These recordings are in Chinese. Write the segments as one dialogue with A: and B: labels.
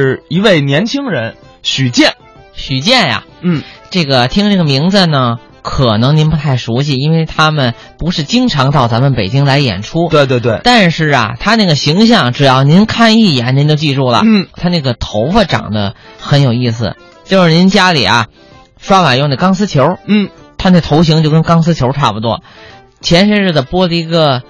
A: 是一位年轻人许健，
B: 许健呀、
A: 嗯，
B: 这个听这个名字呢，可能您不太熟悉，因为他们不是经常到咱们北京来演出。。
A: 对对对，
B: 但是啊，他那个形象，只要您看一眼，您就记住了。
A: 嗯，
B: 他那个头发长得很有意思，就是您家里啊，刷碗用那钢丝球，
A: 嗯，
B: 他那头型就跟钢丝球差不多。前些日子播的一个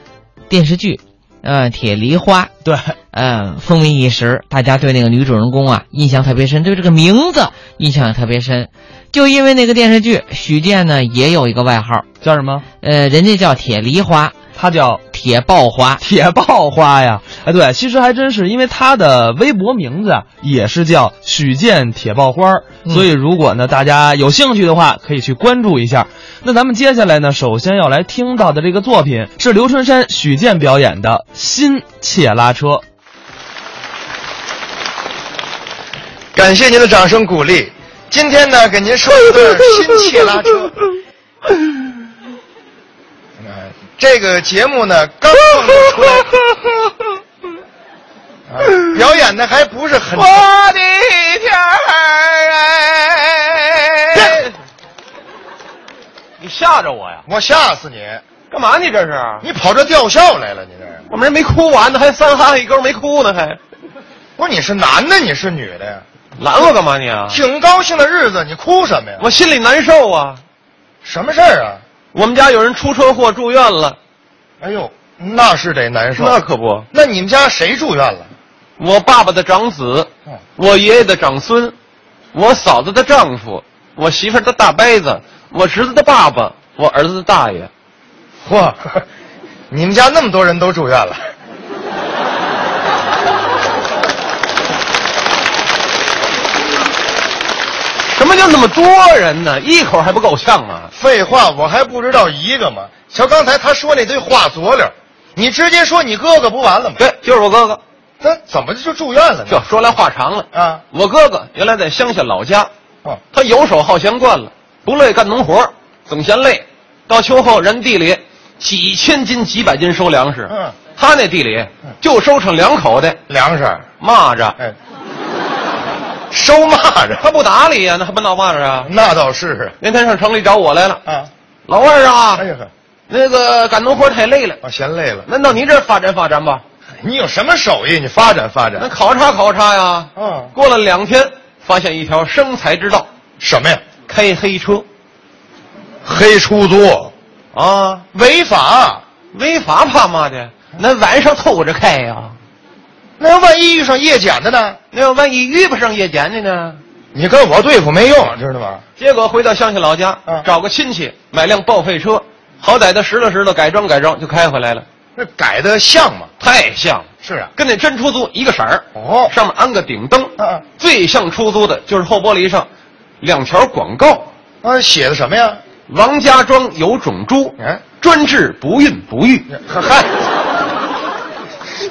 B: 电视剧，呃，《铁梨花》，
A: 对，
B: 呃，风靡一时，大家对那个女主人公啊印象特别深，对这个名字印象也特别深。就因为那个电视剧，许健呢也有一个外号，
A: 叫什么？
B: 呃，人家叫铁梨花、
A: 他叫
B: 铁爆花，
A: 铁爆花呀！哎，对，其实还真是，因为他的微博名字啊也是叫许健铁爆花儿，
B: 嗯
A: 所以如果呢大家有兴趣的话，可以去关注一下。那咱们接下来呢，首先要来听到的这个作品是刘春山、许健表演的《新切拉车》。
C: 感谢您的掌声鼓励。今天呢，给您说一段新切拉车。呃 这个节目呢，刚放映出来、啊表演的还不是很
A: 我。的天儿哎！你吓着我呀？
C: 我吓死你！
A: 干嘛你这是？
C: 你跑这吊孝来了，你这是
A: 我们人没哭完呢，还三哈一勾没哭呢，还
C: 不是你是男的，你是女的呀？
A: 拦我干嘛你啊？
C: 挺高兴的日子，你哭什么呀？
A: 我心里难受啊！
C: 什么事儿啊？
A: 我们家有人出车祸住院了，
C: 哎呦，那是得难受。
D: 那可不，
C: 那你们家谁住院了？
D: 我爸爸的长子，
C: 哦
D: 我爷爷的长孙，我嫂子的丈夫，我媳妇儿的大伯子，我侄子的爸爸，我儿子的大爷。
C: 嚯， 你们家那么多人都住院了。
D: 什么叫那么多人呢？一口还不够呛啊吗？
C: 废话，我还不知道一个吗？瞧刚才他说那堆话佐料，你直接说你哥哥不完了吗？
D: 对，就是我哥哥。
C: 那怎么就住院了
D: 这
C: 呢？
D: 说来话长了
C: 啊
D: 我哥哥原来在乡下老家，
C: 哦，
D: 他游手好闲惯了，不乐意干农活，总嫌累。到秋后，人地里几千斤、几百斤收粮食，
C: 嗯
D: 他那地里
C: 嗯
D: 就收成两口袋
C: 粮食，
D: 蚂蚱，
C: 哎，收蚂
D: 他
C: 蚱，
D: 不搭理呀、那还不闹蚂蚱啊？
C: 那倒是
D: 那天上城里找我来了，
C: 啊。
D: 老二啊，
C: 哎呀呵，
D: 那个干农活太累了，
C: 我嫌累了。
D: 难道你这儿发展发展吧？
C: 你有什么手艺？你发展发
D: 那哦
C: 展。
D: 考察考察呀。
C: 嗯
D: 过了两天，发现一条生财之道，
C: 什么呀？
D: 开黑车
C: 黑出租，
D: 啊，
C: 违法。
D: 违法怕嘛的？那晚上偷着开呀，
C: 那要万一遇上夜检的呢？
D: 那万一遇不上夜检的呢？
C: 你跟我对付没用，知道吗？
D: 结果回到乡下老家
C: 嗯，
D: 找个亲戚买辆报废车，好歹的拾掇拾掇，改装改装就开回来了，
C: 那改的像吗？
D: 太像了，
C: 是啊。
D: 跟那真出租一个色儿。
C: 哦，
D: 上面安个顶灯，
C: 嗯
D: 最像出租的就是后玻璃上两条广告：
C: 啊，写的什么呀？
D: 王家庄有种猪，
C: 哎
D: 专治不孕不育。
C: 嗨，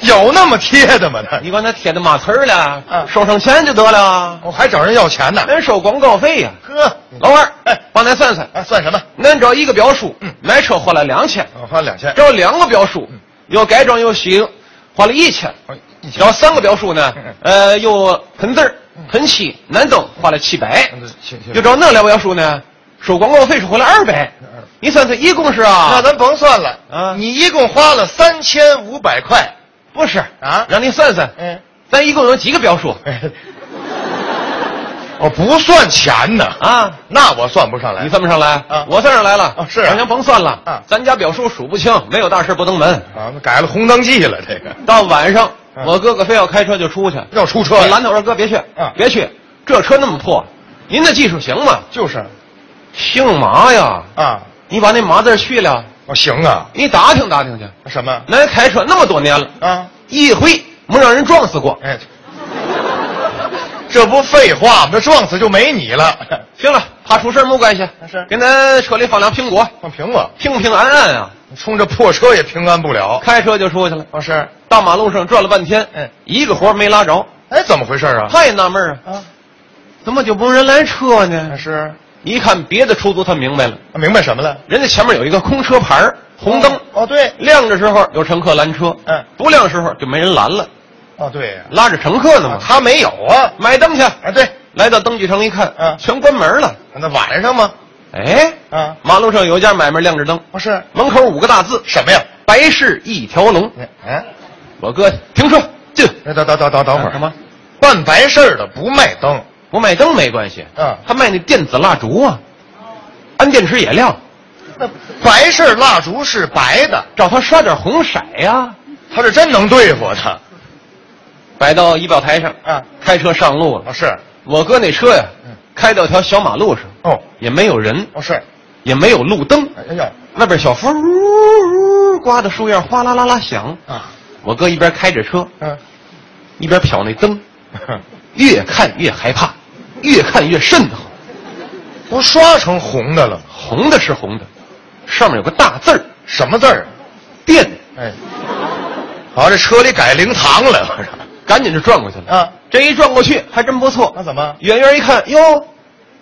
C: 有那么贴的吗？他
D: 你管他贴的嘛词儿了，
C: 嗯
D: 收上钱就得了啊，
C: 我还找人要钱呢。
D: 咱收广告费呀、
C: 呵，
D: 老二，
C: 哎
D: 帮咱算算，
C: 哎，算什么？
D: 恁找一个表叔
C: 嗯，
D: 买车花了两千，
C: 我花两千。
D: 找两个表叔
C: 嗯，
D: 又改装又洗，花了一千。
C: 哎一千
D: 找三个表叔呢
C: 嗯嗯，
D: 呃，又喷字儿、喷漆、南灯，花了七百。
C: 嗯对行行
D: 又找那两位叔呢，收广告费是回来二百
C: 嗯，
D: 你算算一共是啊？
C: 那咱甭算了
D: 啊
C: 你一共花了三千五百块。
D: 不是
C: 啊
D: 让你算算，
C: 嗯，
D: 咱一共有几个表叔
C: 哎我哦不算钱呢，
D: 啊？
C: 那我算不上来。
D: 你算不上来
C: 啊
D: 我算上来了
C: 啊是啊
D: 咱先甭算了
C: 啊
D: 咱家表叔数不清，没有大事不登门。
C: 啊？那改了红灯记了，这个
D: 到晚上，
C: 嗯
D: 我哥哥非要开车就出去，
C: 要出车
D: 我
C: 呀
D: 拦他我说哥别去
C: 啊，
D: 别去，这车那么破，您的技术行吗？
C: 就是
D: 姓嘛呀？
C: 啊，
D: 你把那麻字去了，
C: 我行啊，
D: 你打听打听去。
C: 什么
D: 咱开车那么多年了，
C: 啊？
D: 一回没让人撞死过。
C: 哎，这不废话吗？这撞死就没你了。
D: 行了，怕出事儿没关系，
C: 是
D: 给咱车里放俩苹果，
C: 放苹果，
D: 平平安安啊。
C: 你冲这破车也平安不了。
D: 哦开车就出去了，
C: 老师，
D: 大马路上转了半天，
C: 哦嗯
D: 一个活儿没拉着，
C: 哎，怎么回事啊？
D: 他也纳闷儿
C: 啊，
D: 啊，怎么就不人来车
C: 老
D: 呢？
C: 师，
D: 一看别的出租，他明白了，
C: 啊明白什么了？
D: 人家前面有一个空车牌儿红灯
C: 哦，对，
D: 亮的时候有乘客拦车，
C: 嗯
D: 不亮时候就没人拦了。
C: 啊，对呀、
D: 拉着乘客呢
C: 啊
D: 嘛。
C: 他没有啊。
D: 买灯去，
C: 啊，对，
D: 来到灯具城一看，
C: 嗯
D: 全关门了。
C: 那晚上嘛，
D: 哎，
C: 啊，
D: 马路上有一家买卖亮着灯，
C: 不哦是
D: 门口五个大字
C: 什么呀？
D: “白事一条龙
C: 你哎，”。
D: 我哥停车进，
C: 那等等等等等会儿，
D: 干嘛？
C: 办白事儿的不卖灯，
D: 不卖灯没关系，
C: 嗯
D: 他卖那电子蜡烛啊，按电池也亮，
C: 那白事儿蜡烛是白的，
D: 找他刷点红色呀、
C: 他是真能对付他
D: 摆到仪表台上，
C: 啊。
D: 开车上路
C: 哦
D: 了。
C: 是，
D: 我哥那车呀
C: 嗯，
D: 开到条小马路上，
C: 哦
D: 也没有人，
C: 哦是，
D: 也没有路灯，
C: 哎呀
D: 外边小风呜呜刮的树叶哗啦啦啦响。
C: 啊，
D: 我哥一边开着车，
C: 嗯，
D: 一边瞟那灯，越看越害怕，越看越瘆得慌。
C: 不刷成红的了吗？
D: 红的是红的，上面有个大字儿
C: 什么字儿？啊
D: “电
C: 哎，好，这车里改灵堂了，我说”，
D: 赶紧就转过去了。
C: 啊，
D: 这一转过去还真不错
C: 那，怎么？
D: 远远一看，哟，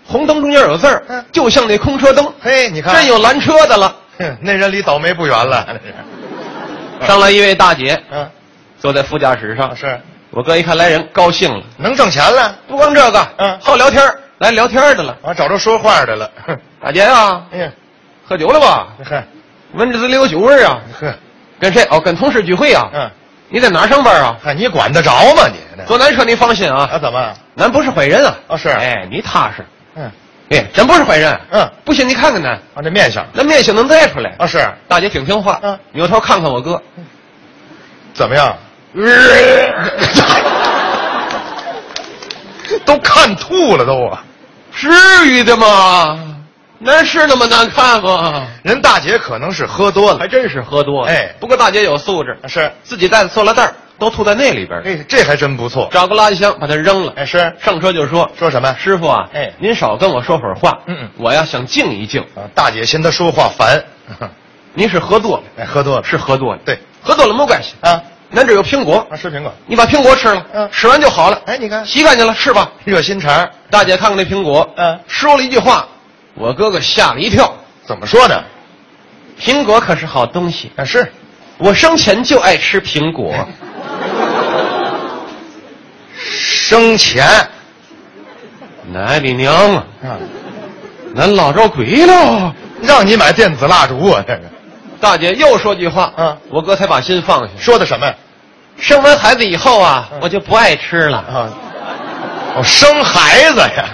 D: 红灯中间有字儿
C: 嗯，
D: 就像那空车灯，
C: 嘿，你看，啊
D: 真有拦车的了。
C: 哼， 那人离倒霉不远 了，那是，
D: 上来一位大姐，
C: 嗯，
D: 坐在副驾驶上
C: 啊。是，
D: 我哥一看来人，高兴了。
C: 能挣钱了，
D: 不光这个，
C: 嗯
D: 好聊天儿来聊天儿的了。
C: 啊，找着说话的了，哼，
D: 大姐啊，
C: 哎呀，
D: 喝酒了吧？
C: 呵
D: 闻着滋溜有酒味儿啊。
C: 呵，
D: 跟谁？哦，跟同事聚会啊。
C: 嗯，
D: 你在哪儿上班啊？
C: 嗨，你管得着吗你？那
D: 坐南车，您放心啊
C: 啊，，怎么？
D: 咱不是坏人啊。
C: 哦是
D: 哎，你踏实。
C: 嗯，
D: 哎，咱不是坏人。
C: 嗯，
D: 不信你看看咱，
C: 啊，这面相
D: 那面相能带出来。
C: 啊是，
D: 大姐挺听话。
C: 嗯
D: 扭头看看我哥。
C: 怎么样？ 嗯都看吐了都啊！
D: 至于的吗？那是那么难看吗？
C: 人大姐可能是喝多了
D: 还，真是喝多了。
C: 哎
D: 不过大姐有素质，
C: 啊是，
D: 自己带的塑料袋儿都吐在那里边儿，
C: 哎，这还真不错。
D: 找个垃圾箱把它扔了。
C: 哎，是
D: 上车就说
C: 说什么呀？
D: 师傅啊，
C: 哎
D: 您少跟我说会儿话，
C: 嗯嗯
D: 我呀想静一静。
C: 啊，大姐嫌他说话烦，
D: 您是喝多了，
C: 哎，喝多了
D: 是喝多了，
C: 对，
D: 喝多了没关系。
C: 啊，
D: 咱这有苹果，
C: 啊，吃苹果，
D: 你把苹果吃了，
C: 嗯
D: 吃完就好了。
C: 哎你看
D: 洗干净了吃吧。
C: 热心肠，
D: 大姐看看那苹果，
C: 嗯
D: 说了一句话，我哥哥吓了一跳。
C: 怎么说呢？
D: 苹果可是好东西，
C: 啊，是，
D: 我生前就爱吃苹果。
C: 生前，
D: 奶你娘啊！
C: 啊，
D: 咱老着鬼了。
C: 让你买电子蜡烛啊，这是
D: 大姐又说句话，
C: 嗯
D: 我哥才把心放下。
C: 说的什么呀？
D: 生完孩子以后啊，
C: 嗯
D: 我就不爱吃了。
C: 啊，哦，生孩子呀，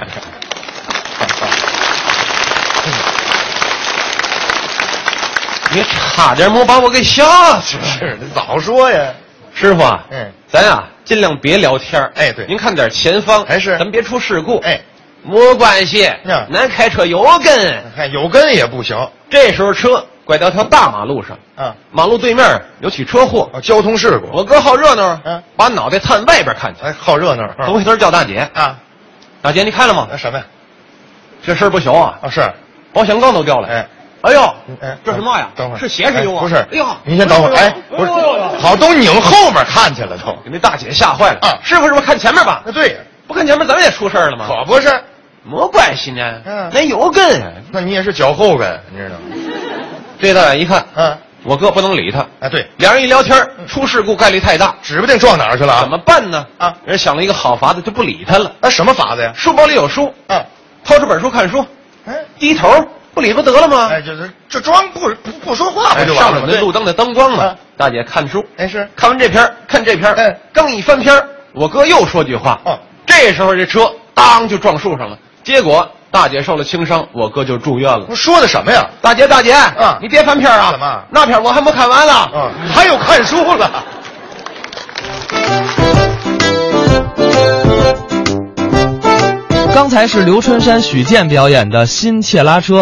D: 你差点没把我给吓死了。
C: 是，你早说呀，
D: 师傅啊，
C: 嗯，
D: 咱啊尽量别聊天儿
C: 哎对
D: 您看点前方，
C: 还是
D: 咱别出事故。，
C: 哎，
D: 没关系，
C: 嗯
D: 咱开车有
C: 你
D: 根。
C: 看哎有根也不行
D: 这时候车拐到条大马路上，
C: 啊，
D: 马路对面有起车祸，
C: 哦交通事故，
D: 我哥好热闹，
C: 嗯
D: 把脑袋探外边看去，
C: 哎，好热闹，
D: 头回头叫大姐，
C: 啊，
D: 大姐你看了吗
C: 那？什么呀？
D: 这事儿不小啊，
C: 啊啊，是，
D: 保险杠都掉了。
C: 哎。
D: 哎呦
C: 哎，，
D: 这是嘛呀？
C: 等会儿
D: 是斜视用啊？
C: 哎不是，
D: 哎呦，
C: 您先等会儿。哎，不是，好，都拧后面看去了都。
D: 给那大姐吓坏了。
C: 啊
D: 师傅，是不是看前面吧？
C: 那对呀，
D: 不看前面，咱们也出事儿了吗？
C: 可不是，
D: 没关系呢，
C: 嗯
D: 那有根。
C: 那你也是脚后跟，你知道吗？
D: 啊这大姐一看，
C: 啊，
D: 我哥不能理他，
C: 哎，对，
D: 两人一聊天儿，
C: 嗯
D: 出事故概率太大，
C: 指不定撞哪儿去了啊。
D: 怎么？办呢？
C: 啊
D: 人想了一个好法子，就不理他了。
C: 那什么法子呀？
D: 书包里有书，
C: 啊，
D: 掏出本书看书，
C: 哎，
D: 低头不理不得了吗？啊
C: 哎，就是就装不不不说话不就
D: 上
C: 完了
D: 面有
C: 吗？
D: 那路灯的灯光呢
C: 啊。
D: 大姐看书，
C: 哎是，
D: 看完这篇儿看这篇儿，
C: 哎
D: 刚一翻篇儿我哥又说句话，
C: 哦
D: 这时候这车当就撞树上了，结果大姐受了轻伤，我哥就住院了
C: 不。说的什么呀？
D: 大姐，大姐，
C: 嗯
D: 你别翻篇儿啊！
C: 怎么
D: 那篇儿我还没看完呢。
C: 啊，还有看书了。
A: 刚才是刘春山、许健表演的《新切拉车》。